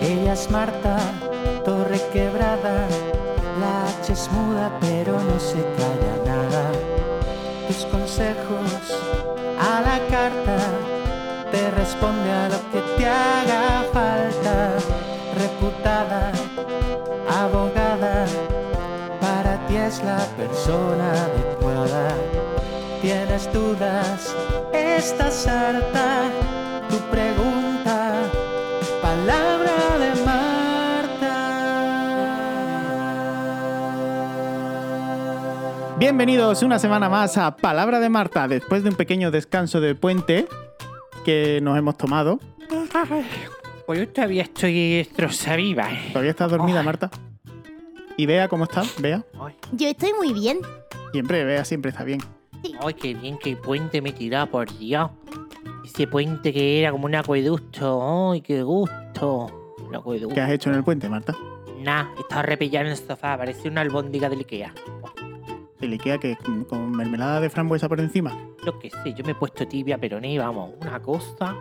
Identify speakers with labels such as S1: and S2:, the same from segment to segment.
S1: Ella es Marta, torre quebrada, la H es muda pero no se calla nada. Tus consejos a la carta, te responde a lo que te haga falta. Reputada, abogada, para ti es la persona adecuada. Tienes dudas, estás harta, tu pregunta, palabra de Marta.
S2: Bienvenidos una semana más a Palabra de Marta, después de un pequeño descanso de puente que nos hemos tomado.
S3: Pues yo todavía estoy destrozaviva.
S2: Todavía estás dormida,
S3: Ay.
S2: Marta. ¿Y Bea cómo está? Bea.
S4: Yo estoy muy bien.
S2: Siempre, Bea siempre está bien.
S3: Ay, qué bien, qué puente me he tirado, por Dios. Ese puente que era como un acueducto. Ay, qué gusto. Un acueducto.
S2: ¿Qué has hecho en el puente, Marta?
S3: Nah, estaba repillado en el sofá, parece una albóndiga del Ikea.
S2: El Ikea que con, con mermelada de frambuesa por encima.
S3: Yo qué sé, yo me he puesto tibia, pero ni vamos, una cosa.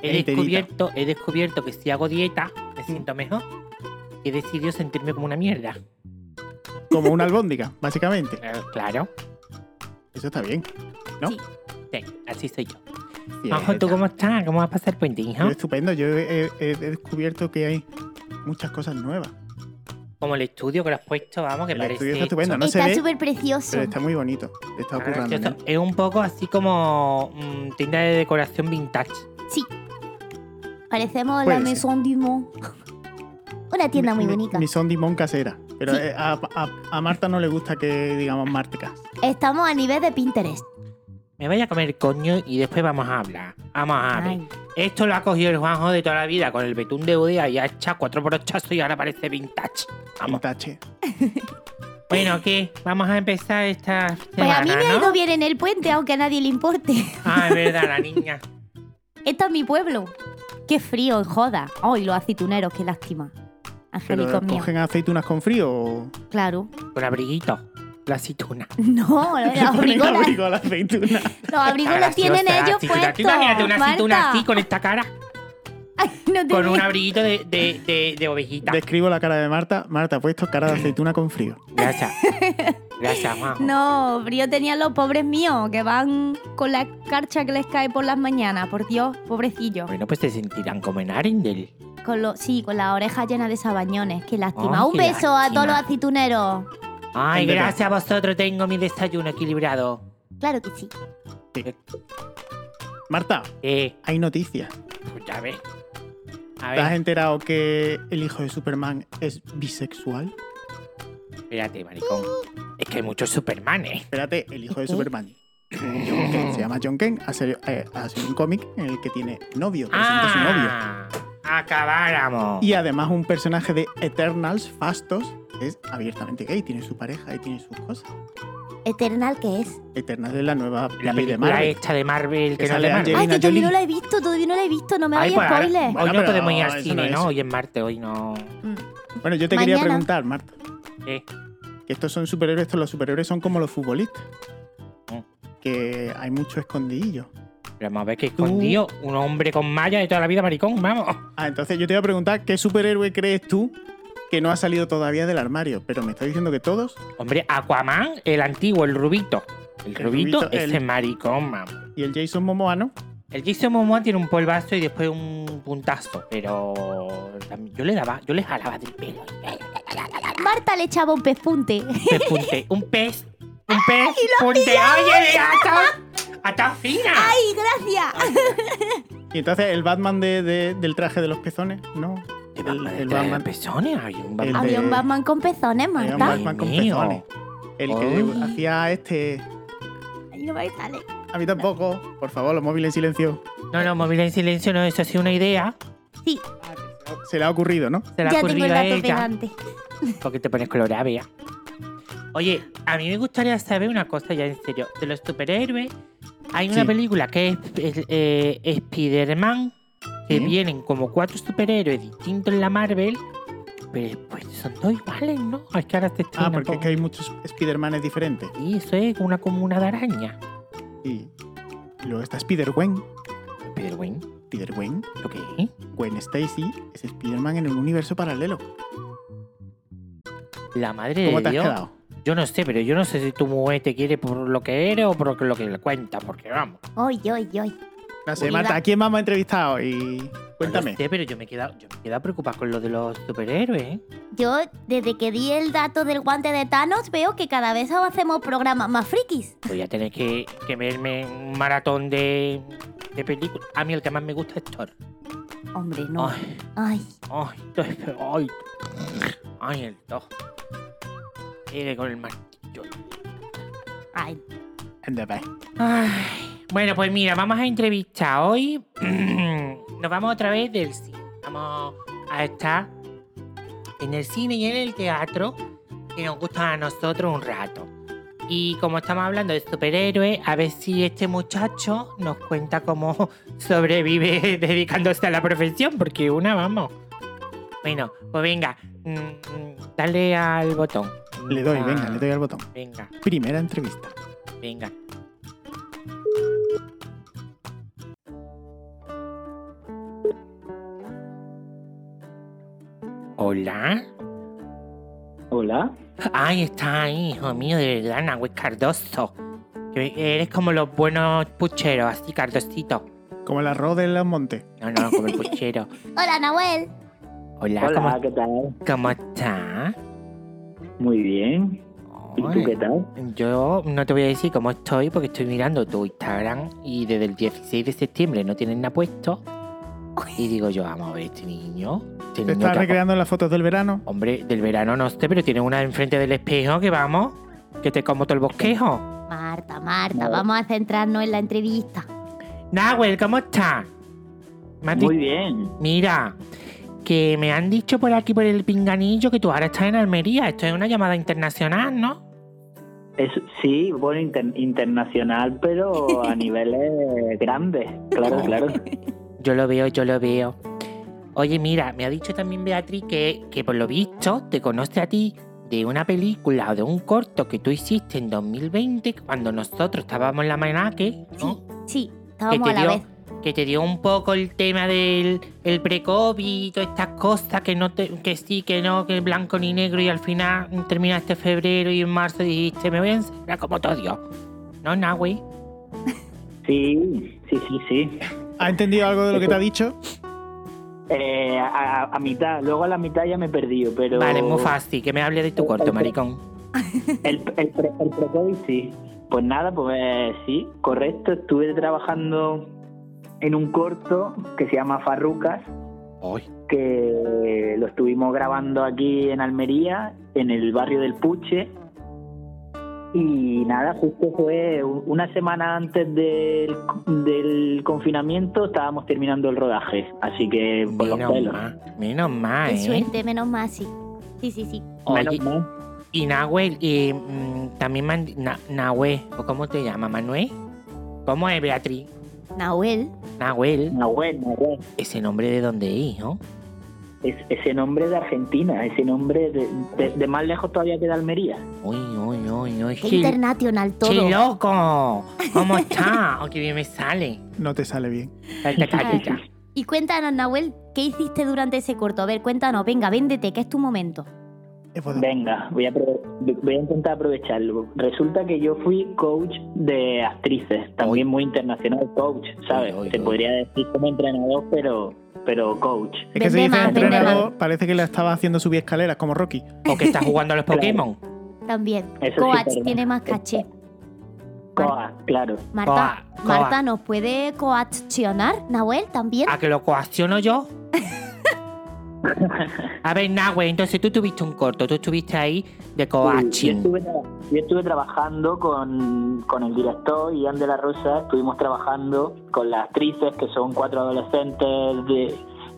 S3: He
S2: Enterita.
S3: descubierto, he descubierto que si hago dieta, me siento mejor. Y he decidido sentirme como una mierda.
S2: Como una albóndiga, básicamente.
S3: Eh, Claro,
S2: Eso está bien. ¿No?
S4: Sí.
S3: sí, así soy yo.
S2: Bien.
S3: Majo, ¿tú cómo estás? ¿Cómo va a pasar el puente,
S2: Yo
S3: hija?
S2: estupendo. Yo he, he- he descubierto que hay muchas cosas nuevas.
S3: Como el estudio que lo has puesto, vamos, que
S2: El
S3: parece.
S2: estudio está estupendo,
S3: hecho.
S2: ¿no? se
S4: Está
S2: ve,
S4: súper precioso.
S2: Pero está muy bonito. Te está
S3: Ahora
S2: ocurriendo.
S3: Ah, esto Es un poco así como mm, tienda de decoración vintage.
S4: Sí. Parecemos
S2: Puede
S4: la
S2: ser.
S4: Maison du Monde. Una tienda muy bonita.
S2: Mi son dimón casera. Pero
S4: Sí.
S2: eh, a, a- a Marta no le gusta que digamos Marta.
S4: Estamos a nivel de Pinterest.
S3: Me vaya a comer coño y después vamos a hablar. Vamos a ver.
S4: Ay.
S3: Esto lo ha cogido el Juanjo de toda la vida con el betún de bodega y ha echado cuatro brochazos y ahora parece vintage. Vamos.
S2: Pintache.
S3: Bueno, ¿qué? Vamos a empezar esta
S4: Pues
S3: semana,
S4: a mí me ha
S3: ¿no?
S4: ido bien en el puente, aunque a nadie le importe.
S3: Ah, es verdad, la niña.
S4: Esto es mi pueblo. Qué frío, en joda. Ay, los aceituneros, qué lástima.
S2: Pero
S4: Angélicos míos.
S2: cogen aceitunas con frío o.
S4: Claro.
S3: Con abriguito. La aceituna.
S4: No, los abrigolas,
S2: Abrigo a la aceituna.
S4: los abrigolas tienen
S3: Graciosa,
S4: ellos
S3: aceituna.
S4: puestos.
S3: Tú imagínate una aceituna
S4: Marta.
S3: así con esta cara.
S4: Ay, no te
S3: Con un
S4: digo.
S3: abriguito de, de, de, de ovejita.
S2: Describo la cara de Marta. Marta ha puesto cara de aceituna con frío.
S3: Gracias. Gracias, Juanjo.
S4: No, frío tenían los pobres míos que van con la escarcha que les cae por las mañanas, por Dios, pobrecillos.
S3: Bueno, pues se sentirán como en Arendel.
S4: Con lo, sí, con las orejas llenas de sabañones, qué lástima.
S3: Ay,
S4: Un
S3: Oh, qué
S4: beso a todos los
S3: lástima.
S4: aceituneros.
S3: Ay,
S2: Entero.
S3: gracias a vosotros tengo mi desayuno equilibrado.
S4: Claro que sí.
S2: Marta,
S3: Eh,
S2: hay noticias.
S3: pues ya ves. A
S2: ¿Te has
S3: ver,
S2: enterado que el hijo de Superman es bisexual?
S3: espérate, maricón. Es que hay muchos ¿eh? Supermanes.
S2: Espérate, el hijo de
S4: ¿Qué?
S2: Superman. John Kent, se llama John Kent. Hace, eh, hace un cómic en el que tiene novio, presenta a su novio.
S3: Ah, acabáramos.
S2: Y además un personaje de Eternals, Fastos, es abiertamente gay, tiene su pareja y tiene sus cosas.
S4: Eternal que es.
S2: Eternals es la nueva
S3: la
S2: peli de
S3: película
S2: Marvel.
S3: esta de Marvel que
S2: Esa
S3: no
S2: de
S3: le Marvel.
S2: Angelina
S4: Ay, que todavía
S2: Jolie.
S4: no la he visto, todavía no la he visto, no me
S3: Ay,
S4: hagáis
S3: pues ahora-
S4: spoilers.
S2: Bueno,
S3: hoy no
S2: pero
S3: podemos ir al
S2: eso
S3: cine,
S2: no es.
S3: ¿no? Hoy es martes, hoy no.
S4: Mm.
S2: Bueno, yo te quería
S4: Mañana.
S2: preguntar, Marta,
S3: Eh,
S2: que estos son superhéroes, estos los superhéroes son como los futbolistas.
S3: Oh.
S2: Que hay mucho escondidillo.
S3: pero vamos a ver que escondido un hombre con malla de toda la vida, maricón. Vamos.
S2: Ah, entonces yo te iba a preguntar, ¿qué superhéroe crees tú que no ha salido todavía del armario? Pero me está diciendo que todos
S3: Hombre, Aquaman, el antiguo, el rubito. El,
S2: El
S3: rubito,
S2: rubito,
S3: ese
S2: el-
S3: maricón, vamos.
S2: y el Jason Momoa, ¿no?
S3: El Jason Momoa tiene un polvazo y después un puntazo, pero tam- yo le daba, yo le jalaba del pelo.
S4: Marta le echaba un pespunte.
S3: Me punté, un pez, un pez, punte. Oye, hasta, hasta fina.
S4: ¡Ay, gracias!
S2: Y entonces el Batman de- de- del traje de los pezones, ¿no.
S3: ¿Qué
S2: el-
S3: Batman
S2: el
S3: de tres
S2: Batman.
S3: pezones? Hay un
S2: El
S3: Batman.
S2: de-
S4: Había un Batman con pezones,
S2: Era un
S4: Marta.
S2: Batman con
S3: mío.
S2: pezones. El que
S3: Ay.
S2: hacía este.
S4: Ay, no me sale.
S2: A mí tampoco. Por favor, los móviles en silencio.
S3: No, no, móvil en silencio, no, eso ha sido una idea.
S4: Sí,
S2: Se le ha ocurrido, ¿no?
S3: Se la ha
S4: ya tengo
S3: ocurrido
S4: el
S3: a
S4: dato
S3: ella.
S4: pegante.
S3: Porque te pones colorada, vea. Oye, a mí me gustaría saber una cosa ya en serio. De los superhéroes, hay una
S2: Sí.
S3: película que es, es, eh, Spider-Man, que
S2: ¿Sí?
S3: vienen como cuatro superhéroes distintos en la Marvel, pero después son todos iguales, ¿no? Es que ahora te estoy
S2: Ah, porque es que hay muchos Spider-Manes diferentes.
S3: Y eso es una comuna de araña.
S2: Y y luego está Spider-Gwen.
S3: Spider-Man.
S2: Spider-Gwen.
S3: ¿Lo qué?
S2: Gwen Stacy es Spider-Man en un universo paralelo.
S3: La madre
S2: ¿Cómo
S3: de
S2: te has
S3: Dios.
S2: quedado?
S3: Yo no sé, pero yo no sé si tu mujer te quiere por lo que eres o por lo que le cuenta, porque vamos.
S4: Oy, oy, oy.
S5: Pues
S2: No sé,
S4: Unidad.
S2: Marta, ¿a quién más me ha entrevistado? Y
S3: No
S2: cuéntame.
S3: sé, pero yo me he quedado, yo me he quedado preocupada con lo de los superhéroes. ¿eh?
S5: Yo, desde que di el dato del guante de Thanos, veo que cada vez hacemos programas más frikis.
S3: Voy a tener que, que verme un maratón de, de películas. A mí el que más me gusta es Thor.
S4: Hombre, no.
S3: Ay,
S5: Ay,
S3: ay, Thor, ay. Ay, el Thor. Viene con el martillo.
S5: ay,
S2: Anda, va.
S3: Ay, bueno, pues mira, vamos a entrevistar hoy. Nos vamos otra vez del cine. Vamos a estar en el cine y en el teatro que nos gusta a nosotros un rato. Y como estamos hablando de superhéroes, a ver si este muchacho nos cuenta cómo sobrevive dedicándose a la profesión, porque una vamos. Bueno, pues venga, mm, dale al botón.
S2: Le doy,
S3: Ah,
S2: venga, le doy al botón.
S3: Venga,
S2: Primera entrevista.
S3: venga. Hola.
S6: Hola.
S3: Ay, está ahí, hijo mío, de verdad, Nahuel Cardoso. Que Eres como los buenos pucheros, así, Cardosito.
S2: Como el arroz de los montes.
S3: No, no, como el puchero.
S5: hola, Nahuel.
S3: Hola,
S6: Hola,
S3: ¿cómo,
S6: ¿qué tal?
S3: cómo está?
S6: Muy bien. ¿Y tú qué tal?
S3: Yo no te voy a decir cómo estoy porque estoy mirando tu Instagram y desde el 16 de septiembre no tienen nada puesto. Y digo yo, vamos a ver este niño. Este
S2: ¿Te
S3: niño
S2: estás
S3: que ha-
S2: recreando en las fotos del verano?
S3: Hombre, del verano no sé, pero tiene una enfrente del espejo que vamos, que te como todo el bosquejo.
S5: Marta,
S3: Oh.
S5: Marta, vamos a centrarnos en la entrevista.
S3: Nahuel, ¿cómo estás? Me has
S6: Muy
S3: dicho-
S6: bien.
S3: Mira, que me han dicho por aquí, por el pinganillo, que tú ahora estás en Almería. Esto es una llamada internacional, ¿no?
S6: Es, sí, bueno, inter- internacional, pero a niveles grandes. Claro, claro.
S3: Yo lo veo, yo lo veo. Oye, mira, me ha dicho también Beatriz que, que por lo visto te conoce a ti de una película o de un corto que tú hiciste en 2020 cuando nosotros estábamos en la Manaque, ¿no?
S5: Sí,
S3: que
S5: estábamos
S3: te,
S5: a la
S3: dio,
S5: vez.
S3: que te dio un poco el tema del el pre-COVID y todas estas cosas que no te- que sí, que no, que blanco ni negro y al final terminaste febrero y en marzo dijiste, me voy a encerrar como todo Dios. No, no, güey.
S6: Sí, sí, sí, sí.
S2: ¿Has entendido algo de lo que te ha dicho?
S6: Eh, a, a- a mitad, luego a la mitad ya me he perdido, pero...
S3: Vale, muy fácil, que me hable de tu corto, maricón.
S6: El, el, pre- el pre-COVID sí. Pues nada, pues eh, sí, correcto. Estuve trabajando en un corto que se llama Farrucas, que lo estuvimos grabando aquí en Almería, en el barrio del Puche. Y nada, justo fue u- una semana antes del, del confinamiento, estábamos terminando el rodaje. Así que pues, por los
S3: Menos
S6: pelos.
S3: mal, menos mal,
S5: Qué
S3: ¿eh?
S5: suerte, menos mal, sí. Sí, sí, sí.
S3: Oye,
S6: Menos mal.
S3: y Nahuel, eh, mm, también me han di- Na- Nahuel, ¿o cómo te llama? ¿Manuel? ¿Cómo es Beatriz?
S5: Nahuel,
S3: Nahuel,
S6: Nahuel, Nahuel.
S3: ese nombre de dónde es, ¿no?
S6: Es- ese nombre de Argentina, ese nombre de, de- de más lejos todavía que de Almería.
S3: Uy, uy, uy, uy.
S5: qué
S3: qué-
S5: internacional todo.
S3: ¡Qué loco! ¿Cómo está? ¡Oh, qué bien me sale!
S2: No te sale bien.
S3: Esta callita.
S5: Y cuéntanos, Nahuel, ¿qué hiciste durante ese corto? A ver, cuéntanos, venga, véndete, que es tu momento.
S2: Es bueno.
S6: Venga, voy a, prove- voy a intentar aprovecharlo. Resulta que yo fui coach de actrices, también muy internacional coach, ¿sabes?
S3: Uy, uy,
S6: Se
S3: uy.
S6: podría decir como entrenador, pero, pero coach.
S2: Es que se
S5: Vende
S2: dice
S5: más, vende
S2: entrenador, parece que la estaba haciendo subir escaleras como Rocky.
S3: ¿O que está jugando a los Pokémon?
S5: También.
S6: Eso sí,
S5: Coach
S6: perdón.
S5: tiene más caché.
S6: Coach, claro.
S5: Marta,
S3: Coa- coa.
S5: Marta, ¿nos puede coaccionar, Nahuel, también?
S3: ¿A que lo coacciono yo? A ver, Nahue, entonces tú tuviste un corto, tú estuviste ahí de
S6: Sí, Yo
S3: coaching.
S6: estuve, tra- yo estuve trabajando con, con el director Ian de la Rosa, estuvimos trabajando con las actrices, que son cuatro adolescentes de,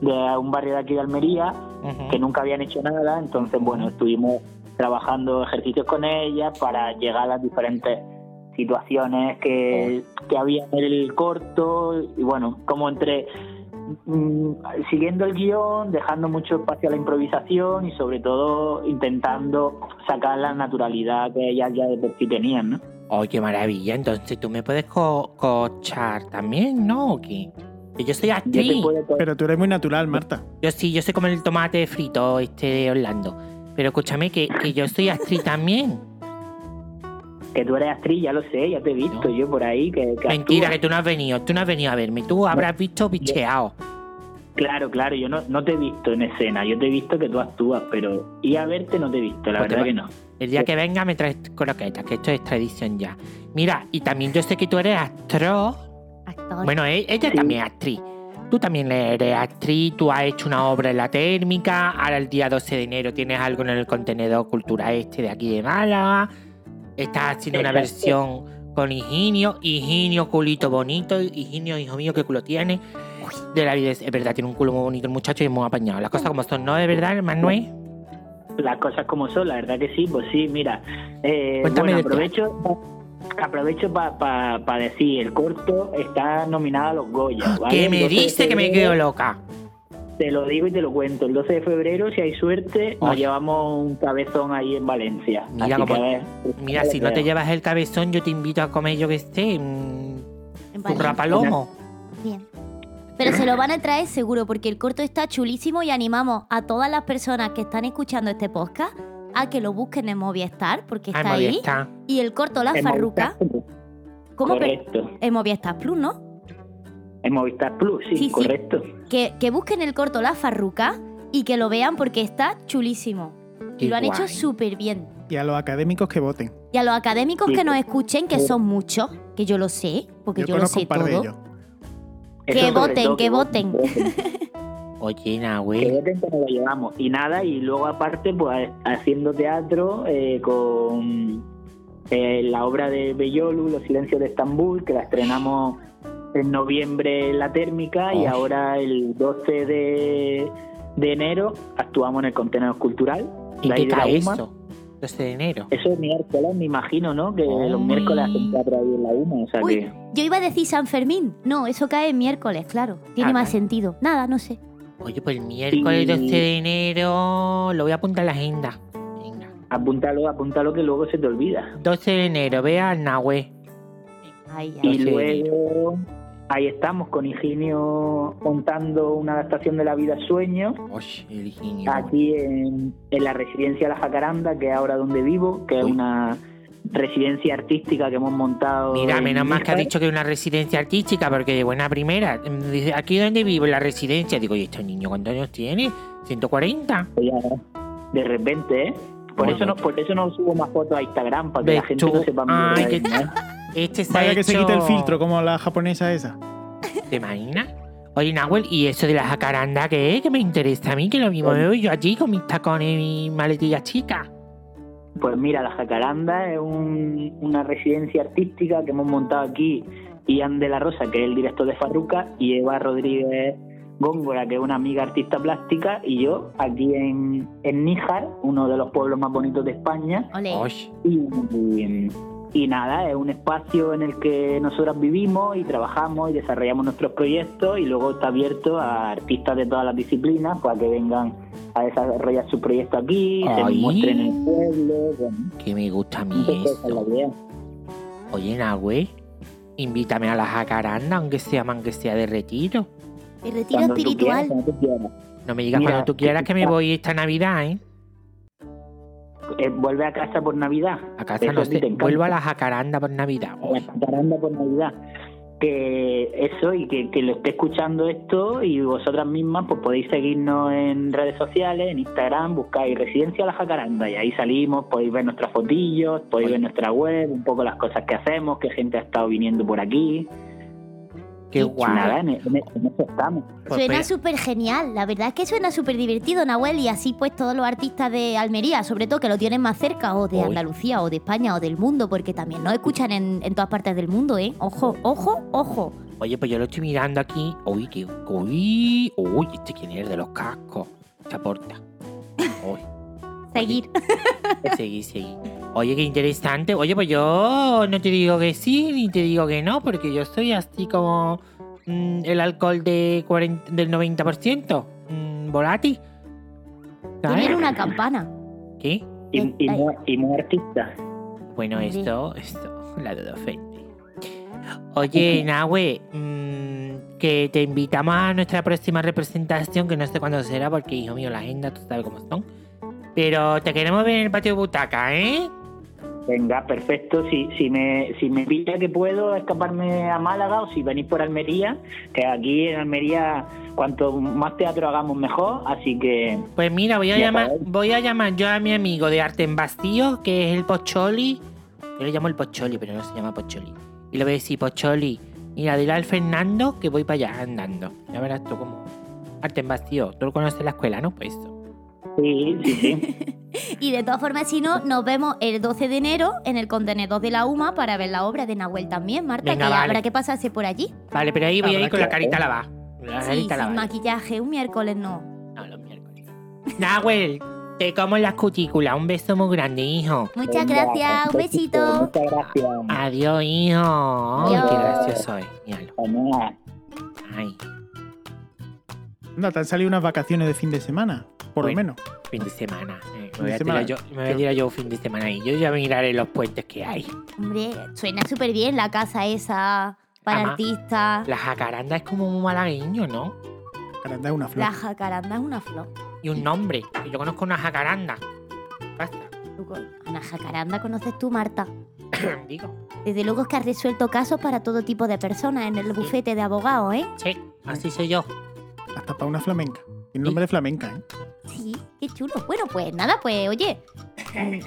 S6: de un barrio de aquí de Almería,
S3: Ujú.
S6: que nunca habían hecho nada, entonces bueno, estuvimos trabajando ejercicios con ellas para llegar a las diferentes situaciones que,
S3: Oh.
S6: que había en el corto y bueno, como entre mm, siguiendo el guión, dejando mucho espacio a la improvisación y sobre todo intentando sacar la naturalidad que ellas ya de por sí tenían, ¿no?
S3: ¡Ay, qué maravilla! Entonces tú me puedes co coachar también, ¿no? ¿O qué? Que yo soy
S6: Yo te pues,
S3: actriz.
S6: puedo co-
S2: Pero tú eres muy natural, Marta.
S3: Yo sí, yo soy como el tomate frito este de Orlando. Pero escúchame que, que yo soy actriz también.
S6: que tú eres actriz, ya lo sé, ya te he visto yo por ahí. Que, que
S3: Mentira,
S6: actúas.
S3: que tú no has venido. Tú no has venido a verme. Tú habrás visto bicheado.
S6: Claro, claro, yo no, no te he visto en escena, yo te he visto que tú actúas, pero ir a verte no te he visto, la
S3: Pues te
S6: verdad
S3: va-
S6: que no.
S3: El día que venga me traes croquetas, que esto es tradición ya. Mira, y también yo sé que tú eres actor.
S5: Actor.
S3: Bueno, e- ella
S6: Sí.
S3: también es actriz. Tú también eres actriz, tú has hecho una obra en la térmica, ahora el día 12 de enero tienes algo en el contenedor cultura este de aquí de Málaga, estás haciendo una
S6: Exacto.
S3: versión con Higinio, Higinio culito bonito, Higinio hijo mío qué culo tiene, Uy, de la vida es, es verdad, tiene un culo muy bonito el muchacho y es muy apañado, las cosas como son, ¿no? ¿De verdad, Manuel?
S6: las cosas como son, la verdad que sí, pues sí, mira. Eh,
S3: Cuéntame
S6: bueno,
S3: de
S6: aprovecho aprovecho para decir, el corto está nominado a los Goya, ¿vale?
S3: Ah, que
S6: El
S3: me
S6: 12 de
S3: dice que me
S6: febrero,
S3: quedo loca.
S6: Te lo digo y te lo cuento, el 12 de febrero, si hay suerte, nos
S3: Ay.
S6: llevamos un cabezón ahí en Valencia.
S3: Mira
S6: Así
S3: cómo-
S6: que, a ver,
S3: Mira,
S6: a ver,
S3: si no te
S6: creo.
S3: llevas el cabezón, yo te invito a comer, yo que sé, mm, un
S5: en
S3: un
S5: Valencia.
S3: rapalomo.
S5: Bien. Pero se lo van a traer seguro porque el corto está chulísimo y animamos a todas las personas que están escuchando este podcast a que lo busquen en Movistar porque
S3: Ay,
S5: está
S3: María,
S5: ahí.
S3: está.
S5: Y el corto La
S6: En
S5: Farruca.
S6: Movistar,
S5: ¿Cómo? per-
S6: Correcto.
S5: En Movistar Plus, ¿no?
S6: En Movistar Plus, sí,
S5: Sí, sí.
S6: correcto.
S5: Que, que busquen el corto La Farruca y que lo vean porque está chulísimo. Y
S3: Qué
S5: lo han hecho
S3: guay.
S5: súper bien.
S2: Y a los académicos que voten.
S5: Y a los académicos
S6: Sí.
S5: que nos escuchen, que son muchos, que yo lo sé, porque
S2: Yo
S5: yo, lo
S2: conozco
S5: sé
S2: un par
S5: todo.
S2: de ellos.
S6: Eso
S5: Que
S6: sobre
S5: voten,
S6: todo,
S5: que voten.
S3: Oye,
S6: Que
S3: Nahuel,
S6: voten como lo llevamos. Y nada, y luego aparte, pues haciendo teatro eh, con eh, la obra de Bellolu, Los Silencios de Estambul, que la estrenamos en noviembre en la térmica
S3: Ay.
S6: y ahora el 12 de, de enero actuamos en el contenedor cultural.
S3: ¿y
S6: de ahí
S3: qué
S6: de la
S3: cae
S6: UMA.
S3: eso? 12 de enero.
S6: Eso es miércoles, me imagino, ¿no? Que los
S3: Uy.
S6: miércoles hacen teatro ahí en la UMA, o sea
S5: Uy,
S6: que...
S5: yo iba a decir San Fermín. No, eso cae miércoles, claro. Tiene
S3: Ah,
S5: más
S3: vale.
S5: sentido. Nada, no sé.
S3: Oye, pues el miércoles
S6: Y-
S3: 12 de enero lo voy a apuntar en la agenda. Venga.
S6: Apúntalo, apúntalo que luego se te olvida.
S3: 12 de enero, ve a Nahuel.
S5: Ay, ay.
S6: Y
S3: Sí.
S6: luego ahí estamos con Higinio montando una adaptación de La vida sueño
S3: Oye, el ingenio.
S6: aquí en, en la residencia La Jacaranda, que es ahora donde vivo, que es
S3: Uy.
S6: una residencia artística que hemos montado.
S3: Mira,
S6: en
S3: menos mal que has
S6: Níjar.
S3: dicho que es una residencia artística, porque de buena primera. mm, dice, Aquí donde vivo, en la residencia. Digo, ¿y este niño cuántos años tiene? 140.
S6: Ya, De repente, ¿eh? Por
S3: Oye.
S6: eso, no, por eso no subo más fotos a Instagram, para que
S3: Ves
S6: la gente
S3: tú.
S6: no sepa
S3: Ay,
S6: mierda de
S3: qué-
S6: mí, ¿eh?
S3: Este se ha
S2: Vaya que se
S3: hecho-
S2: quita el filtro, como la japonesa esa.
S3: ¿Te imaginas? Oye, Nahuel, ¿y eso de la jacaranda qué es? Que me interesa a mí, que lo mismo veo yo allí con mis tacones y mi maletilla chica.
S6: Pues mira, la Jacaranda es un- una residencia artística que hemos montado aquí Ian de la Rosa, que es el director de Farruca, y Eva Rodríguez Góngora, que es una amiga artista plástica, y yo aquí en, en Níjar, uno de los pueblos más bonitos de España.
S5: Ole.
S3: Oye,
S6: Y, y- y nada, es un espacio en el que nosotras vivimos y trabajamos y desarrollamos nuestros proyectos y luego está abierto a artistas de todas las disciplinas para que vengan a desarrollar su proyecto aquí, se
S3: Ay.
S6: muestren en el pueblo. bueno.
S3: que me gusta a
S6: Un
S3: mí
S6: poco esa es la
S3: eso.
S6: idea.
S3: Oye, Nahuel, invítame a la jacaranda, aunque sea, aunque sea de retiro.
S5: El retiro
S6: Cuando tú quieras,
S5: espiritual.
S6: cuando tú quieras.
S3: No me digas
S6: Mira, pues,
S3: cuando tú quieras que me
S6: está-
S3: voy esta Navidad, ¿eh?
S6: Eh, vuelve a casa por Navidad.
S3: A casa
S6: Eso
S3: no
S6: a ti
S3: sé.
S6: te encanta.
S3: Vuelvo a la jacaranda por Navidad.
S6: La
S3: Oye,
S6: jacaranda por Navidad. Que eso y que, que lo esté escuchando esto y vosotras mismas pues podéis seguirnos en redes sociales, en Instagram, buscáis Residencia La Jacaranda y ahí salimos, podéis ver nuestras fotillos, podéis
S3: Oye.
S6: ver nuestra web, un poco las cosas que hacemos, qué gente ha estado viniendo por aquí.
S3: qué
S6: Y
S3: guay.
S6: nada, en, en- en eso estamos.
S2: Pues,
S5: suena
S2: pues,
S5: súper genial. La verdad es que suena súper divertido, Nahuel. Y así, pues, todos los artistas de Almería, sobre todo que lo tienen más cerca, o de
S3: Uy.
S5: Andalucía, o de España, o del mundo, porque también nos escuchan en, en todas partes del mundo, ¿eh? Ojo, ojo, ojo.
S3: Oye, pues yo lo estoy mirando aquí. Uy, qué. Uy, uy, este quién es de los cascos. Te aporta. Uy.
S5: Seguir.
S3: Seguí, seguí. Pues Oye, qué interesante. Oye, pues yo no te digo que sí ni te digo que no, porque yo soy así como mm, el alcohol de 40 del 90%, mm, volátil. ¿Sabes?
S5: Tener una campana.
S3: ¿Qué?
S6: Y, y
S5: Ay.
S6: muy- y muy artistas.
S3: Bueno,
S5: Hombre.
S3: esto, esto, la duda ofende. Oye, Nahue, mm, que te invitamos a nuestra próxima representación, que no sé cuándo será, porque hijo mío, la agenda, tú sabes cómo son. Pero te queremos ver en el patio de butaca, ¿eh?
S6: Venga, perfecto. Si, si me si me pilla que puedo escaparme a Málaga o si venís por Almería, que aquí en Almería cuanto más teatro hagamos mejor, así que
S3: Pues mira, voy a
S6: Ya
S3: llamar,
S6: sabes.
S3: voy a llamar yo a mi amigo de arte en vacío, que es el Pocholi. Yo le llamo el Pocholi, pero no se llama Pocholi. Y le voy a decir, Pocholi, mira, dile al Fernando que voy para allá andando. Ya verás tú cómo. Arte en vacío, tú lo conoces en la escuela, ¿no? Pues eso.
S6: sí, sí, sí.
S5: Y de todas formas, si no, nos vemos el 12 de enero en el contenedor de la UMA para ver la obra de Nahuel también, Marta,
S3: Venga,
S5: que
S3: vale.
S5: habrá que pasarse por allí.
S3: Vale, pero ahí voy a ir con la carita lavada. La
S5: Sí, sin
S3: carita lavada.
S5: maquillaje, un miércoles no.
S3: No, los miércoles. Nahuel, te como las cutículas. Un beso muy grande, hijo.
S5: Muchas
S6: Venga,
S5: gracias, un
S6: perfecto,
S5: besito.
S6: Muchas gracias.
S3: Adiós, hijo. Ay, qué
S5: Adiós.
S3: gracioso es. Míralo.
S6: Genial.
S3: Ay,
S2: Anda, te han salido unas vacaciones de fin de semana, por lo
S3: Bueno.
S2: menos.
S3: fin de semana. Eh, me,
S2: de
S3: voy a
S2: semana.
S3: tirar yo, me voy a tirar yo un fin de semana ahí. Yo ya miraré los puentes que hay.
S5: Hombre, suena súper bien la casa esa para
S3: Ama.
S5: artistas.
S3: La jacaranda es como un malagueño, ¿no?
S2: Caranda es una flor.
S5: La jacaranda es una flor.
S3: Y un nombre. que Yo conozco una jacaranda. Basta.
S5: Tú con- a la jacaranda conoces tú, Marta.
S3: Digo,
S5: Desde luego es que has resuelto casos para todo tipo de personas en el bufete de abogados, ¿eh?
S3: che, así soy yo.
S2: Hasta para una flamenca. Tiene nombre de flamenca, ¿eh?
S5: Sí, qué chulo. Bueno, pues nada, pues oye,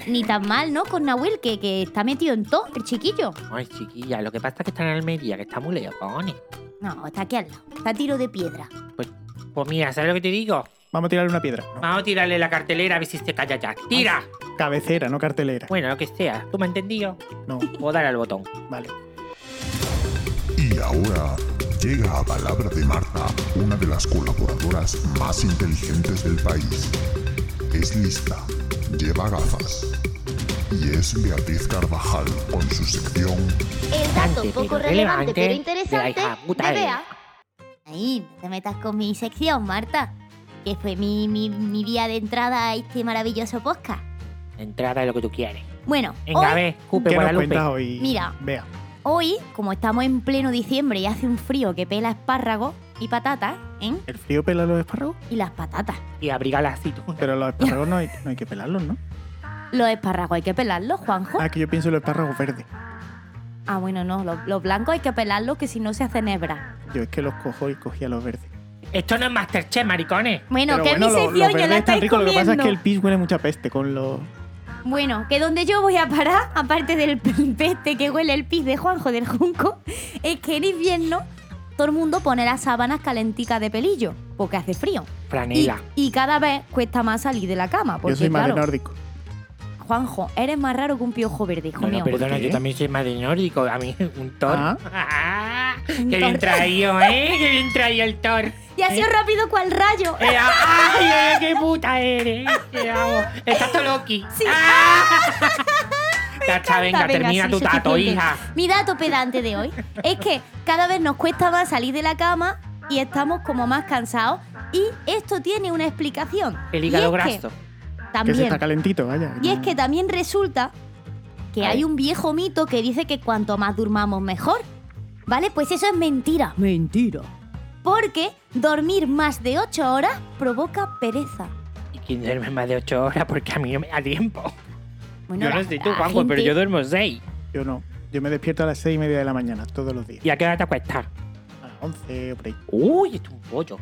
S5: ni tan mal, ¿no? Con Nahuel, que, que está metido en todo, el chiquillo.
S3: Ay, chiquilla, lo que pasa es que está en Almería, que está muy lejos, cojones.
S5: No, está aquí al lado, está a tiro de piedra.
S3: Pues mira, ¿sabes lo que te digo?
S2: Vamos a tirarle una piedra. No,
S3: Vamos a tirarle la cartelera a ver si se calla ya. ¡Tira!
S2: cabecera, no cartelera.
S3: Bueno, lo que sea. ¿Tú me has entendido?
S2: No,
S3: Puedo dar al botón.
S2: vale.
S7: Y ahora llega a palabra de Marta, una de las colaboradoras más inteligentes del país. Es lista, lleva gafas. Y es Beatriz Carvajal con su sección
S5: El
S3: dato Relevante, poco pero relevante, pero relevante, interesante de la hija puta de de- Bea.
S5: Ahí, no te metas con mi sección, Marta, que fue mi, mi, mi vía de entrada a este maravilloso podcast.
S3: Entrada de lo que tú quieres.
S5: Bueno,
S3: Venga,
S5: hoy-
S3: ve, cupe,
S2: ¿Qué nos
S3: Guadalupe.
S2: cuentas hoy?
S5: Mira.
S2: Vea.
S5: Hoy, como estamos en pleno diciembre y hace un frío que pela espárragos y patatas, ¿eh?
S2: ¿El frío pela los espárragos? Pues,
S5: Y las patatas.
S3: Y abriga la aceituna.
S2: Pero los espárragos no hay, no hay que pelarlos, ¿no?
S5: Los espárragos hay que pelarlos, Juanjo.
S2: Ah, que yo pienso en los espárragos verdes.
S5: Ah, bueno, no, los, los blancos hay que pelarlos que si no se hacen hebra.
S2: Yo es que los cojo y cogía los verdes.
S3: Esto no es Masterchef, maricones.
S5: Bueno,
S2: Pero
S5: que
S2: bueno,
S5: es
S2: lo-
S5: mi
S2: los
S5: sección, ya
S2: verdes
S5: la
S2: están
S5: estáis
S2: ricos. Lo que pasa es que
S5: comiendo.
S2: el pis huele mucha peste con los...
S5: Bueno, que donde yo voy a parar, aparte del p- peste que huele el pis de Juanjo del Junco, es que en invierno todo el mundo pone las sábanas calenticas de pelillo, porque hace frío. Y,
S3: Franela.
S5: y cada vez cuesta más salir de la cama, porque
S2: Yo soy más
S5: claro,
S2: de nórdico.
S5: Juanjo, eres más raro que un piojo verde, hijo
S3: No, no,
S5: mío.
S3: perdona,
S2: ¿Por qué?
S3: yo también soy más de nórdico. A mí, un Thor.
S2: Ah.
S3: Ah,
S5: Un
S3: ¡Qué bien
S5: Thor.
S3: traído, eh! ¡Qué bien traído el Thor!
S5: Y ha sido rápido cual rayo.
S3: Eh, ah, ¡Ay, ay, qué puta eres! ¡Te amo! ¡Estás todo Loki!
S5: Sí.
S3: ¡Ah! Tacha, venga,
S5: Venga,
S3: termina
S5: sí,
S3: tu tato,
S5: suficiente.
S3: hija.
S5: Mi dato pedante de hoy es que cada vez nos cuesta más salir de la cama y estamos como más cansados. Y esto tiene una explicación.
S3: El
S5: Y este?
S3: hígado
S5: es que
S3: graso.
S2: Que se
S5: También.
S2: está calentito, vaya.
S5: Y
S3: Ah.
S5: es que también resulta que hay un viejo mito que dice que cuanto más durmamos mejor. ¿Vale? Pues eso es mentira. Mentira. Porque dormir más de 8 horas provoca pereza.
S3: Y quien duerme más de 8 horas porque a mí no me da tiempo.
S5: Bueno,
S3: yo
S5: la-
S3: no sé tú,
S5: la
S3: Juanjo, pero
S5: gente-
S3: yo duermo 6.
S2: Yo no. Yo me despierto a las seis y media de la mañana, todos los días.
S3: ¿Y a qué hora te acuestas?
S2: A las once, por ahí.
S3: ¡Uy, esto es un pollo!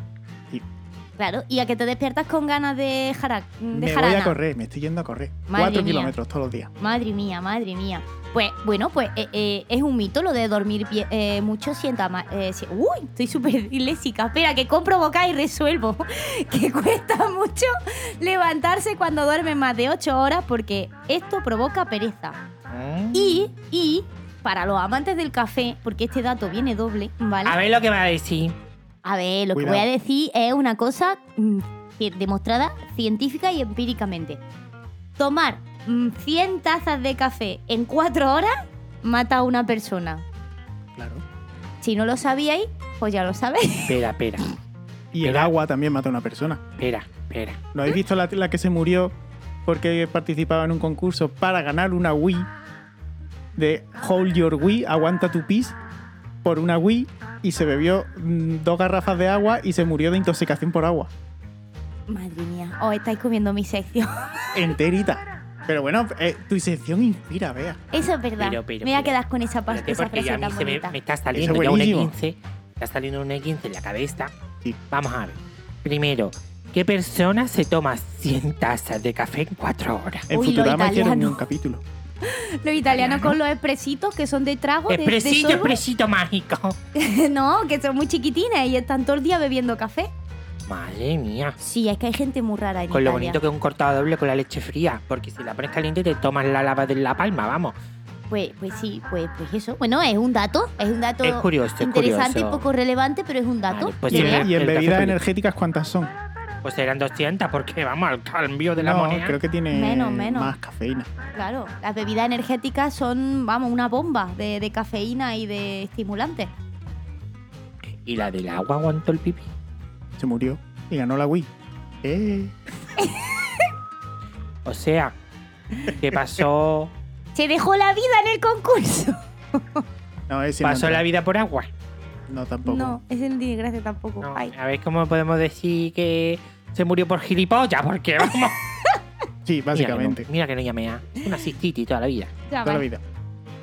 S5: Claro, y a que te despiertas con ganas de, jara, de
S2: Me voy
S5: jarana.
S2: a correr, me estoy yendo a correr.
S5: Madre
S2: Cuatro
S5: mía.
S2: kilómetros todos los días.
S5: Madre mía, madre mía. Pues bueno, pues eh, eh, es un mito lo de dormir bien- eh, mucho sienta ma- eh, si- uy, estoy súper ilésica. Espera, que compro boca y resuelvo. que cuesta mucho levantarse cuando duermes más de 8 horas porque esto provoca pereza. Y, y, para los amantes del café, porque este dato viene doble, ¿vale?
S3: A ver lo que va a decir.
S5: A ver, lo
S2: Cuidado.
S5: que voy a decir es una cosa mm, que- demostrada científica y empíricamente. Tomar mm, 100 tazas de café en 4 horas mata a una persona.
S2: Claro.
S5: Si no lo sabíais, pues ya lo sabéis.
S3: Espera, espera,
S2: Y el
S3: Pero-
S2: agua también mata a una persona.
S3: espera, espera.
S2: ¿No habéis visto la, la que se murió porque participaba en un concurso para ganar una Wii? De Hold Your Wii, aguanta tu pis por una Wii y se bebió mm, dos garrafas de agua y se murió de intoxicación por agua.
S5: Madre mía, os estáis comiendo mi sección.
S2: Enterita. Pero bueno, eh, tu sección inspira, vea.
S5: Eso es verdad.
S3: Pero, pero,
S5: me voy a
S3: pero.
S5: quedar con esa, parte
S3: Espérate,
S5: esa
S3: porque ya
S5: frase
S3: a mí se
S5: tan
S3: me,
S5: bonita.
S3: me está
S2: Eso
S3: saliendo
S2: es
S3: ya un
S2: buenísimo.
S3: E15. Está saliendo un E15 en la cabeza.
S2: Sí.
S3: Vamos a ver. Primero, ¿qué persona se toma 100 tazas de café en 4 horas?
S2: En
S5: Uy, lo
S2: Futurama hicieron
S5: italiano.
S2: un capítulo.
S5: Los italianos con los expresitos que son de trago. Oh, de- de
S3: Expresito,
S5: sorbo.
S3: expresito mágico.
S5: no, que son muy chiquitines y están todo el día bebiendo café.
S3: Madre mía.
S5: Sí, es que hay gente muy rara en
S3: Con lo
S5: Italia.
S3: bonito que es un cortado doble con la leche fría. Porque si la pones caliente te tomas la lava de la palma, vamos.
S5: Pues, pues sí, pues, pues eso. Bueno, es un dato, es un dato
S3: Es curioso, es
S5: interesante y
S3: curioso.
S5: poco relevante, pero es un dato.
S3: Vale, pues
S5: de
S2: Y
S3: sí,
S5: verdad.
S2: en, y en
S3: El café
S2: bebidas
S3: con-
S2: energéticas, ¿cuántas son?
S3: Pues serán 200 porque vamos al cambio de la
S2: no,
S3: moneda.
S2: creo que tiene
S5: Menos, menos.
S2: más cafeína.
S5: Claro, las bebidas energéticas son, vamos, una bomba de, de cafeína y de estimulantes.
S3: Y la del agua aguantó el pipí.
S2: Se murió y ganó la Wii. Eh,
S3: O sea, ¿qué pasó?
S5: Se dejó la vida en el concurso.
S2: no, ese no
S3: ¿Pasó
S2: entra.
S3: la vida por agua?
S2: No, tampoco.
S5: No, ese no tiene gracia tampoco.
S3: No,
S5: Ay.
S3: a ver cómo podemos decir que se murió por gilipollas, porque vamos.
S2: Sí, básicamente.
S3: Mira que no, mira que no llamé a una cistitis toda la vida.
S5: Ya,
S2: Toda la
S5: Ah, vale.
S2: vida.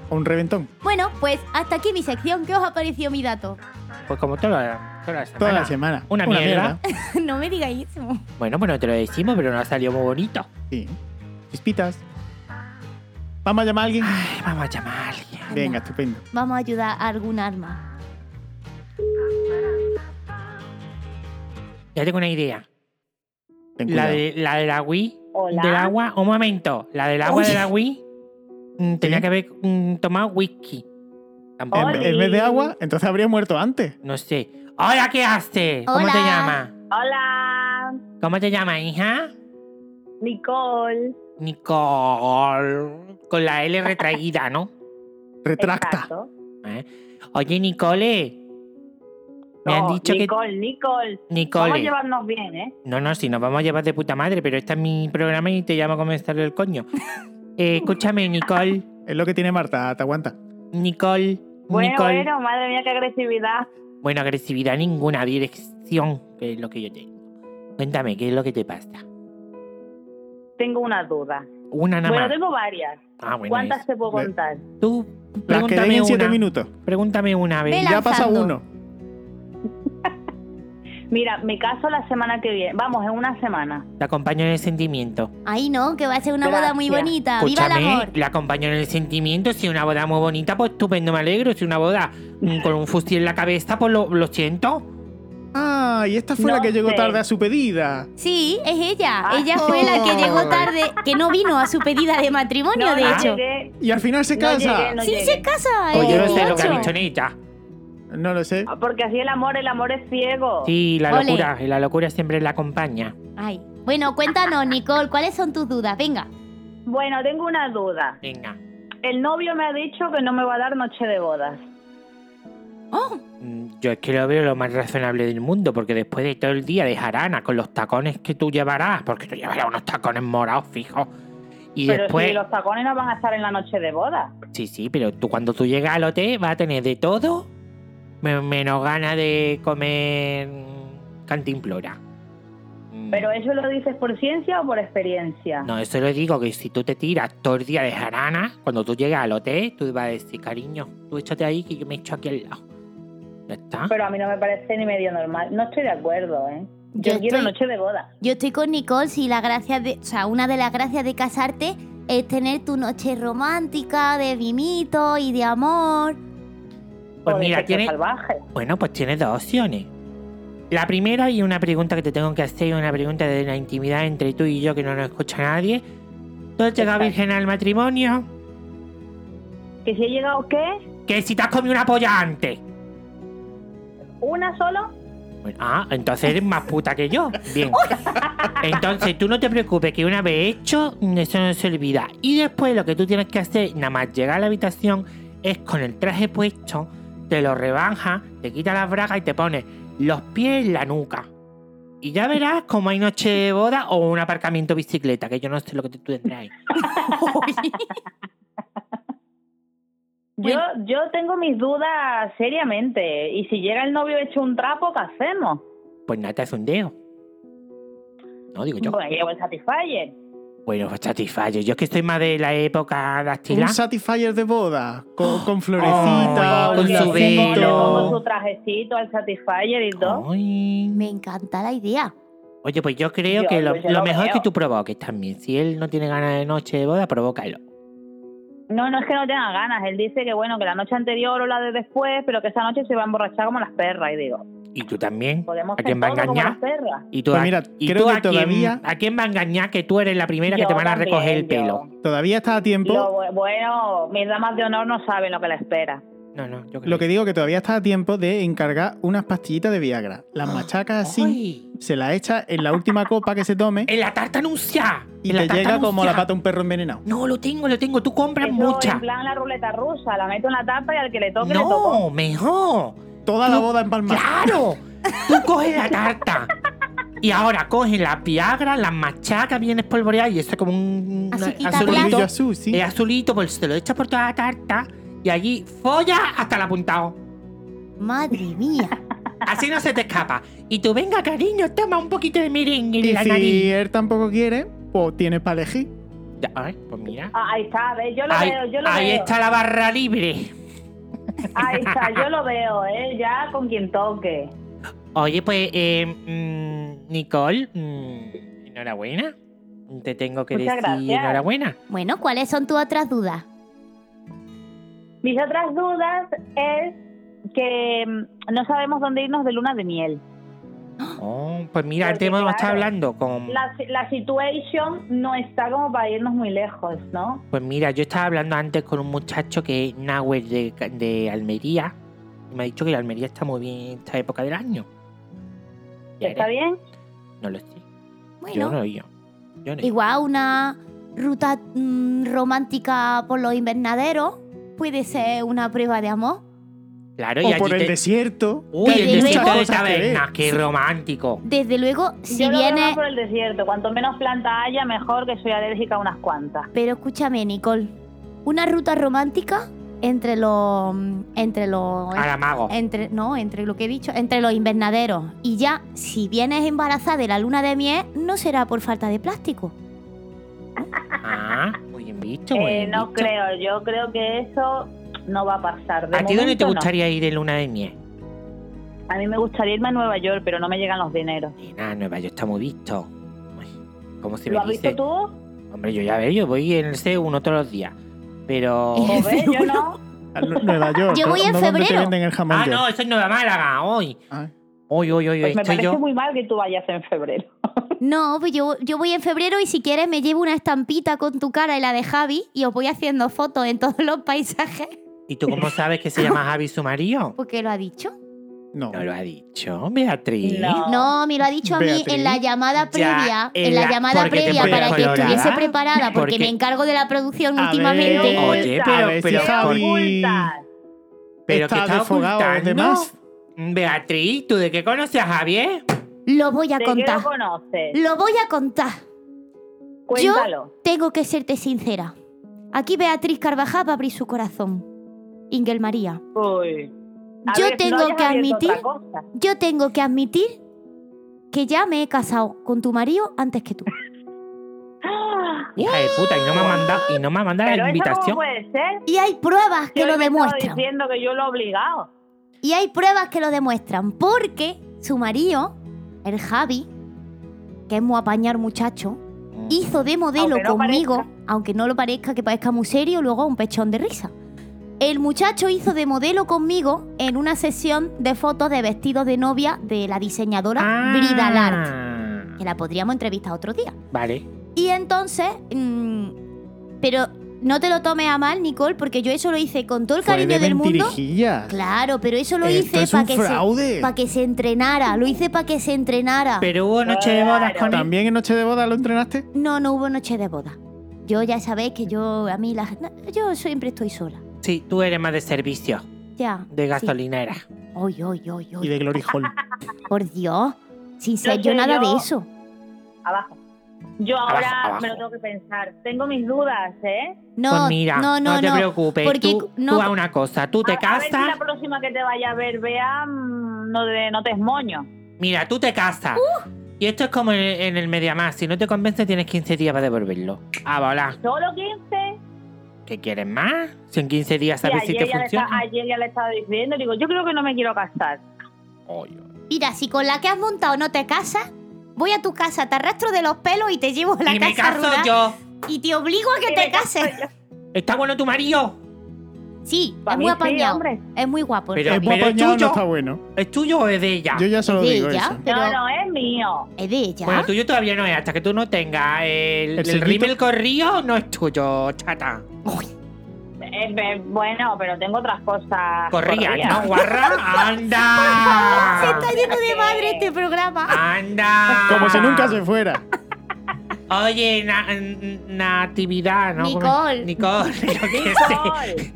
S2: O un reventón.
S5: Bueno, pues hasta aquí mi sección. ¿Qué os ha parecido mi dato?
S3: Pues como toda, toda la semana.
S2: Toda la semana.
S3: Una mierda.
S5: no me digáis eso.
S3: Bueno, pues no te lo decimos, pero no ha salido muy bonito.
S2: Sí. Chispitas. Vamos a llamar a alguien.
S3: Ay, vamos a llamar a alguien.
S2: Venga, estupendo.
S5: Vamos a ayudar a algún arma.
S3: Ya tengo una idea.
S2: Ten
S3: La
S2: cuidado.
S3: de, la de la Wii.
S6: Hola.
S3: Del agua. Un momento. La del agua
S5: Uy.
S3: de la Wii. mm, Tenía
S2: Sí. Em, eh.
S3: que haber mm, tomado whisky. Tampoco.
S2: En, en vez de agua, entonces habría muerto antes.
S3: No sé. Hola, ¿qué haces? ¿Cómo
S5: Hola.
S3: te llamas?
S8: Hola,
S3: ¿Cómo te llamas, hija?
S8: Nicole.
S3: Nicole. Con la L retraída, ¿no?
S2: Retracta.
S8: Exacto.
S3: Oye, Nicole. Me han
S8: No,
S3: dicho
S8: Oh, Nicole, Nicole.
S3: que.
S8: Vamos a
S3: Nicole.
S8: llevarnos bien, ¿eh?
S3: No, no, si nos vamos a llevar de puta madre, pero este es mi programa y te llamo a comenzar el coño. Eh, escúchame, Nicole.
S2: Es lo que tiene Marta, te aguanta.
S3: Nicole.
S8: Bueno,
S3: Nicole.
S8: bueno, madre mía, qué agresividad.
S3: Bueno, agresividad ninguna, dirección, que es lo que yo tengo. Cuéntame, ¿qué es lo que te pasa?
S8: Tengo una duda.
S3: Una nada
S8: bueno,
S3: más.
S8: tengo varias.
S3: Ah, bueno.
S8: ¿Cuántas te puedo
S2: Ve-
S8: contar?
S3: es- Tú,
S2: Las que den
S3: pregúntame
S2: en 7
S3: una.
S2: minutos.
S3: Pregúntame una vez.
S5: Vela.
S2: Ya pasa
S5: Lanzando.
S2: uno.
S8: Mira, me caso la semana que viene. Vamos, en una semana.
S3: Te acompaño en el sentimiento.
S5: Ahí no, que va a ser una boda muy
S8: Gracias.
S5: bonita. Ah, ¡Viva el
S3: Escúchame,
S5: amor!
S3: la acompaño en el sentimiento. Si una boda muy bonita, pues estupendo, me alegro. Si una boda mm, con un fusil en la cabeza, pues lo, lo siento.
S2: Ah, y esta fue
S8: No
S2: la que llegó
S8: sé.
S2: tarde a su pedida.
S5: Sí, es ella.
S8: Ah.
S5: Ella fue la que llegó tarde, que no vino a su pedida de matrimonio, de
S8: no
S5: hecho.
S8: llegué,
S2: Y al final se
S8: no
S2: casa.
S8: llegué, no
S5: sí,
S8: llegué.
S5: se casa.
S3: Pues
S5: el
S3: yo no sé lo que
S5: 18.
S3: ha dicho Nita.
S2: No lo sé.
S8: Ah, Porque así el amor, el amor es ciego.
S3: Sí, la
S5: Ole.
S3: locura, la locura siempre la acompaña.
S5: Ay. Bueno, cuéntanos, Nicole, ¿cuáles son tus dudas? Venga.
S8: Bueno, tengo una duda.
S3: Venga.
S8: El novio me ha dicho que no me va a dar noche de bodas.
S3: Mm, Yo es que lo veo lo más razonable del mundo, porque después de todo el día de jarana con los tacones que tú llevarás, porque tú llevarás unos tacones morados fijos, y
S8: Pero
S3: después...
S8: si los tacones no van a estar en la noche de bodas.
S3: Sí, sí, pero tú cuando tú llegas al hotel vas a tener de todo, me- menos ganas de comer mm, cantimplora. Mm,
S8: Pero eso lo dices por ciencia o por experiencia.
S3: No, eso lo digo, que si tú te tiras todo el día de jarana, cuando tú llegas al hotel, tú vas a decir, cariño, tú échate ahí que yo me echo aquí al lado. Ya está.
S8: Pero a mí no me parece ni medio normal. No estoy de acuerdo, ¿eh? Yo,
S5: Yo
S8: quiero
S5: estoy-
S8: noche de boda.
S5: Yo estoy con Nicole si la gracia de, o sea, una de las gracias de casarte es tener tu noche romántica de mimito y de amor.
S8: o
S3: pues
S8: de
S3: mira,
S8: sexo
S3: tienes,
S8: salvaje.
S3: Bueno, pues tienes dos opciones. La primera y una pregunta que te tengo que hacer, y una pregunta de la intimidad entre tú y yo que no nos escucha nadie. ¿Tú has llegado
S8: Exacto.
S3: virgen al matrimonio?
S8: ¿Que si he llegado qué?
S3: Que si te has comido una polla antes.
S8: ¿Una solo?
S3: Bueno, ah, entonces eres más puta que yo. Bien. Entonces tú no te preocupes que una vez hecho, mm, eso no se olvida. Y después lo que tú tienes que hacer, nada más llegar a la habitación, es con el traje puesto, te lo rebaja, te quita las bragas y te pones los pies en la nuca. Y ya verás como hay noche de boda o un aparcamiento bicicleta, que yo no sé lo que tú tendrás ahí.
S8: Yo, yo tengo mis dudas seriamente. Y si llega el novio hecho un trapo, ¿qué hacemos?
S3: Pues nada, es un dedo. No, digo yo.
S8: Pues llevo el Satisfyer.
S3: Bueno, pues satisfaccio. Yo es que estoy más de la época dactilar.
S2: Un Satisfyer de boda, con, con florecita,
S3: ¡Ah! Oh,
S2: un
S3: con su
S2: lacito.
S8: Le
S3: Pero-
S8: pongo su trajecito al Satisfyer y todo.
S3: Ay.
S5: Me encanta la idea.
S3: Oye, pues yo creo
S8: Yo,
S3: que lo,
S8: pues yo
S3: lo
S8: lo
S3: mejor es que
S8: veo.
S3: tú provoques también. Si él no tiene ganas de noche de boda, provócalo.
S8: No, no es que no tenga ganas. Él dice que bueno, que la noche anterior o la de después, pero que esa noche se va a emborrachar como las perras. Y digo,
S3: Y tú también.
S8: podemos
S3: ¿A
S8: hacer
S3: quién va a
S8: todo como
S3: engañar?
S8: las perras.
S3: Y tú,
S2: Pues
S3: a-
S2: mira,
S3: y
S2: creo
S3: tú
S2: que
S3: a, quién,
S2: todavía-
S3: ¿A quién va a engañar que tú eres la primera que
S8: Yo
S3: te van a
S8: también,
S3: recoger el
S8: yo.
S3: pelo?
S2: Todavía está a
S8: Lo
S2: tiempo.
S8: bu- bueno, mis damas de honor no saben lo que la espera.
S3: No, no, yo creo
S2: Lo que digo que todavía está a tiempo de encargar unas pastillitas de Viagra. Las machacas así,
S3: Ay,
S2: se las echa en la última copa que se tome
S3: ¡En la tarta anuncia!
S2: y
S3: ¡En la
S2: te
S3: tarta
S2: llega como
S3: anuncia!
S2: la pata de un perro envenenado.
S3: No, lo tengo, lo tengo. Tú compras
S8: Eso
S3: mucha.
S8: en plan la ruleta rusa, la meto en la tapa y al que le toque, le toco.
S3: No, mejor.
S2: Toda la boda empalmada.
S3: ¡Claro! Tú coges la tarta. Y ahora coges la piagra, las machacas bien espolvoreadas y eso es como un
S5: Así
S3: una-
S5: quita
S2: Un
S3: azulito.
S2: brillo azul, sí.
S3: El azulito, pues se lo echas por toda la tarta y allí folla hasta el apuntado.
S5: Madre mía.
S3: Así no se te escapa. Y tú, venga, cariño, toma un poquito de merengue en
S2: Y
S3: la
S2: si
S3: nariz.
S2: él tampoco quiere, pues tienes para elegir.
S3: Ya, ay, pues mira.
S8: Ah, ahí está, ¿ves? Yo lo
S3: Ahí,
S8: veo, yo lo
S3: ahí
S8: veo.
S3: está la barra libre.
S8: Ahí está, yo lo veo, ¿eh? Ya con quien toque.
S3: Oye, pues, eh, mm, Nicole, mm, enhorabuena. Te tengo que
S8: Muchas
S3: decir
S8: gracias.
S3: enhorabuena.
S5: Bueno, ¿cuáles son tus otras dudas?
S8: Mis otras dudas es que mm, no sabemos dónde irnos de luna de miel.
S3: Oh, pues mira, el
S8: Porque,
S3: tema lo está
S8: claro,
S3: hablando con...
S8: La, si- la situation no está como para irnos muy lejos, ¿no?
S3: Pues mira, yo estaba hablando antes con un muchacho que es Nahuel de, Ca- de Almería. Y me ha dicho que la Almería está muy bien en esta época del año. Ya
S8: ¿Está
S3: veré.
S8: bien?
S3: No lo sé. Yo
S5: Bueno,
S3: no, yo. Yo no.
S5: igual una ruta mm, romántica por los invernaderos puede ser una prueba de amor.
S3: Claro, y
S2: O
S3: allí
S2: por el
S3: te-
S2: desierto.
S3: Uy,
S5: Desde
S3: el desierto
S5: luego-
S3: de tabernas, qué romántico.
S5: Desde luego, si
S8: yo lo veo
S5: viene...
S8: más por el desierto. Cuanto menos planta haya, mejor, que soy alérgica a unas cuantas.
S5: Pero escúchame, Nicole. Una ruta romántica entre los. entre los.
S3: Aramago.
S8: Eh.
S5: Entre, no, entre lo que he dicho, entre los invernaderos. Y ya, si vienes embarazada de la luna de miel, no será por falta de plástico.
S3: Ah, muy bien visto, muy
S8: Eh,
S3: bien
S8: no
S3: visto.
S8: creo, yo creo que eso no va a pasar. De
S3: ¿A ti dónde te
S8: momento, no.
S3: gustaría ir de luna de miel?
S8: A mí me gustaría irme a Nueva York, pero no me llegan los dineros.
S3: Nena, Nueva York está muy visto. Ay, ¿Cómo se
S8: ¿Lo
S3: me
S8: has
S3: dice?
S8: visto tú?
S3: Hombre, yo ya veo, yo voy en el C1 todos los días. Pero.
S8: ¿O ves? Yo no. Pues
S2: A Lu- Nueva York.
S5: Yo voy
S2: Ah, ¿no? ¿No
S5: en
S2: ¿Dónde te
S5: febrero.
S2: venden el jamón
S3: ah,
S2: york?
S3: no, eso es Nueva Málaga, hoy.
S2: Ah.
S3: Hoy, hoy, hoy, hoy
S8: Pues me
S3: estoy
S8: parece
S3: yo.
S8: muy mal que tú vayas en febrero.
S5: No, pues yo, yo voy en febrero y si quieres me llevo una estampita con tu cara y la de Javi y os voy haciendo fotos en todos los paisajes.
S3: ¿Y tú cómo sabes que se llama Javi su marido?
S5: ¿Por qué lo ha dicho?
S2: No.
S3: No lo ha dicho, Beatriz.
S8: No.
S5: No, me lo ha dicho a mí
S2: Beatriz,
S5: en la
S3: ya,
S5: llamada previa.
S3: en
S5: en la,
S3: la-
S5: llamada
S3: porque te
S5: previa
S2: pones
S5: para que
S3: colorada,
S5: estuviese preparada porque,
S3: porque-
S5: me encargo de la producción
S2: A
S5: últimamente.
S2: ver,
S3: Oye,
S8: Ocultas.
S3: pero-
S2: a ver si
S3: pero-
S2: Javi
S8: Ocultas.
S3: Pero que
S2: está
S3: está Mm,
S2: desfogado a los demás.
S3: Beatriz, ¿tú de qué conoces a Javier?
S5: Lo voy a
S8: ¿De qué lo
S5: contar.
S8: conoces?
S5: Lo voy a contar.
S8: Cuéntalo.
S5: Tengo que serte sincera. Aquí Beatriz Carvajal va a abrir su corazón. Ingel María.
S8: Uy. A
S5: Yo
S8: ver,
S5: tengo
S8: no hayas
S5: que
S8: abierto
S5: admitir-
S8: otra cosa.
S5: Yo tengo que admitir que ya me he casado con tu marido antes que tú.
S8: ¡Ah!
S3: Hija de puta, y no me ha mandado, y no me ha mandado
S8: Pero
S3: la
S8: eso cómo
S3: invitación.
S8: puede ser.
S5: Y hay pruebas que
S8: Yo
S5: lo
S8: me estaba
S5: demuestran.
S8: diciendo que yo lo he obligado.
S5: Y hay pruebas que lo demuestran. Porque su marido, el Javi, que es muy apañar muchacho, hizo de modelo
S8: Mm. Aunque no
S5: conmigo,
S8: parezca.
S5: aunque no lo parezca, que parezca muy serio, luego un pechón de risa. El muchacho hizo de modelo conmigo en una sesión de fotos de vestidos de novia de la diseñadora
S3: Ah.
S8: Ah.
S5: Brida Lart,
S3: Lart.
S5: que la podríamos entrevistar otro día.
S3: Vale.
S5: Y entonces, mm, pero no te lo tomes a mal, Nicole, porque yo eso lo hice con todo el
S2: Fue
S5: cariño
S2: de
S5: del mundo.
S2: mentirijillas.
S5: Claro, pero eso lo
S2: Esto
S5: hice
S2: es
S5: para
S2: un
S5: que, se,
S2: fraude.
S5: pa' que se entrenara. Lo hice para que se entrenara.
S3: Pero hubo noche de bodas con él.
S2: ¿También en Noche de Boda lo entrenaste?
S5: No, no hubo noche de boda. Yo ya sabéis que yo, a mí, la, no, yo siempre estoy sola.
S3: Sí, tú eres más de servicio,
S5: Ya.
S3: de gasolinera.
S5: Oy, oy, oy, oy.
S2: Y de Glory Hall.
S5: Por Dios. Sin ser
S8: Lo
S5: yo
S8: sé
S5: nada
S8: yo.
S5: de eso.
S8: Abajo. Yo
S3: Abajo,
S8: ahora
S3: abajo.
S8: me lo tengo que pensar. Tengo mis dudas, ¿eh?
S5: No,
S3: pues mira,
S5: no,
S3: no,
S5: no,
S3: te
S5: no,
S3: preocupes.
S5: porque
S3: tú,
S5: no-
S3: tú haz una cosa, tú te
S8: a, a ver si
S3: casas.
S8: la próxima que te vaya a ver, vea, mm, no, de, no te esmoño.
S3: Mira, tú te casas. Y esto es como en el, en el Mediamar. Si no te convence, tienes 15 días para devolverlo. Ah, voilà.
S8: Solo 15.
S3: ¿Qué quieres más? Si en 15 días
S8: Y
S3: sabes si te
S8: ayer, ya le
S3: funciona.
S8: estaba- ayer ya le estaba diciendo, digo, yo creo que no me quiero casar.
S3: Ay, ay.
S5: Mira, si con la que has montado no te casas, voy a tu casa, te arrastro de los pelos y te llevo a la
S3: y
S5: casa
S3: me caso
S5: rural
S3: yo.
S5: y te obligo a que
S8: Y
S5: te
S8: me caso
S5: cases.
S3: ¿Está bueno tu marido?
S5: Sí,
S8: Pa'
S5: es muy
S8: mí sí,
S5: apañado.
S8: hombre.
S5: es muy guapo. el
S3: Pero-
S2: Es
S5: Fabián.
S2: guapo
S3: es
S2: añado, no
S3: tuyo.
S2: está bueno.
S3: ¿Es tuyo o es de ella?
S2: Yo ya solo
S5: ¿Es de
S2: digo
S5: ella?
S2: eso.
S5: Pero-
S8: No, no, es mío.
S5: Es de ella.
S3: Bueno, tuyo todavía no es. Hasta que tú no tengas el,
S2: El
S3: el,
S2: sellito.
S3: rímel corrido, no es tuyo, chata.
S8: Eh, eh, bueno, pero tengo otras cosas.
S3: Corría,
S8: corridas.
S3: ¿no, guarra?
S5: Se
S3: ¡Anda!
S5: está lleno de madre este programa.
S3: ¡Anda!
S2: Como si nunca se fuera.
S3: Oye, na- n- Natividad, ¿no?
S5: Nicole.
S3: Nicole, yo qué sé.
S8: Sol,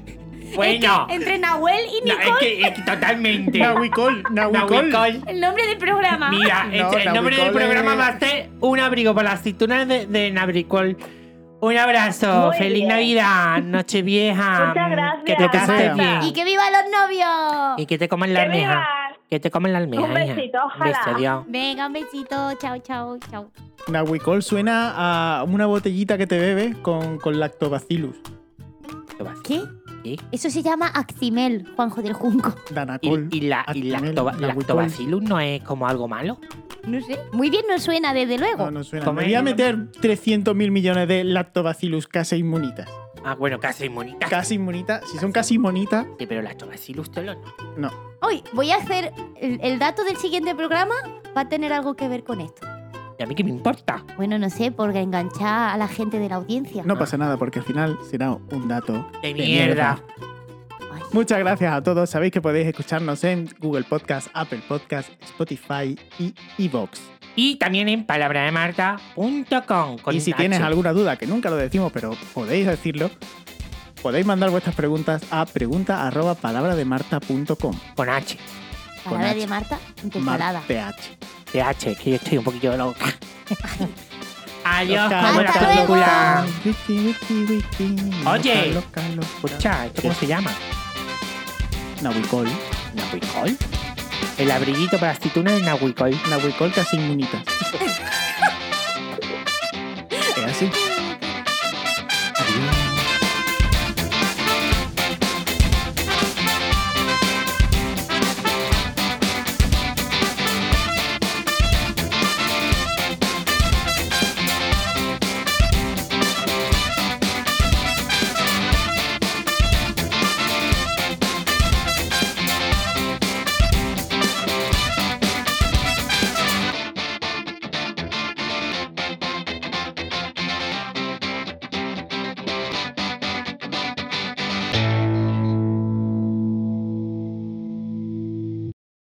S3: Bueno.
S5: Entre Nahuel y
S3: No,
S5: Nicole,
S3: es que, es que totalmente.
S2: Nahuicol, Nahuicol.
S3: Nahuicol.
S5: el nombre del
S8: Ah.
S5: programa.
S3: Mira,
S2: No,
S3: este- el nombre del
S2: Nahuicol
S3: programa
S2: es-
S3: va a ser un abrigo para las aceitunas de, de Nabricol. Un abrazo,
S8: Muy
S3: feliz
S8: bien.
S3: Navidad, Nochevieja.
S8: Muchas
S3: mm,
S8: gracias,
S3: Que te cases
S8: Marta.
S3: bien.
S5: Y que vivan los novios.
S3: Y que te coman la
S8: que
S3: almeja.
S8: vivan.
S3: Que te coman la almeja.
S8: Un
S3: hija.
S8: besito,
S3: Un beso,
S8: ojalá.
S3: adiós.
S5: Venga, un besito. Chao, chao, chao.
S2: Nahuicol suena a una botellita que te bebes con, con lactobacillus.
S3: Te vas.
S5: ¿Qué?
S3: ¿Qué?
S5: ¿Eh? Eso se llama Aximel, Juanjo del Junco.
S3: Y,
S2: Danacol.
S3: y la, y
S2: Actimel,
S3: lactoba-
S2: Nahuicol.
S3: lactobacillus no es como algo malo.
S5: No sé. Muy bien no suena, desde luego.
S2: No, no suena.
S3: Come-
S2: Me voy a meter 300 mil millones de lactobacillus casi inmunitas.
S3: Ah, bueno, casi inmunita.
S2: Casi inmunitas. Si son casi inmunitas,
S3: Sí, pero lactobacillus te lo no.
S2: no.
S5: Hoy voy a hacer el, el dato del siguiente programa. Va a tener algo que ver con esto.
S3: ¿Y a mí qué me importa?
S5: Bueno, no sé, porque enganchar a la gente de la audiencia.
S2: No pasa nada porque al final será un dato.
S3: De mierda.
S5: Ay.
S2: Muchas gracias a todos. Sabéis que podéis escucharnos en Google Podcast, Apple Podcast, Spotify y Evox.
S3: Y también en palabrademarta.com. con
S2: Y si
S3: H.
S2: tienes alguna duda, que nunca lo decimos, pero podéis decirlo, podéis mandar vuestras preguntas a pregunta arroba palabrademarta.com.
S3: Con H.
S5: Palabra
S2: H.
S5: de Marta, empezada.
S2: Marte
S3: TH, que yo estoy un poquillo loca. Adiós,
S5: Hasta
S3: como la
S5: luego.
S3: película.
S2: Wiki, wiki, wiki.
S3: Oye.
S2: Loca, loca, loca.
S3: Escucha, ¿esto cómo se llama?
S2: Nahuicol.
S3: ¿Nahuicol? El abriguito para aceituna de Nahuicol.
S2: Nahuicol casi inmunita. es así. Adiós.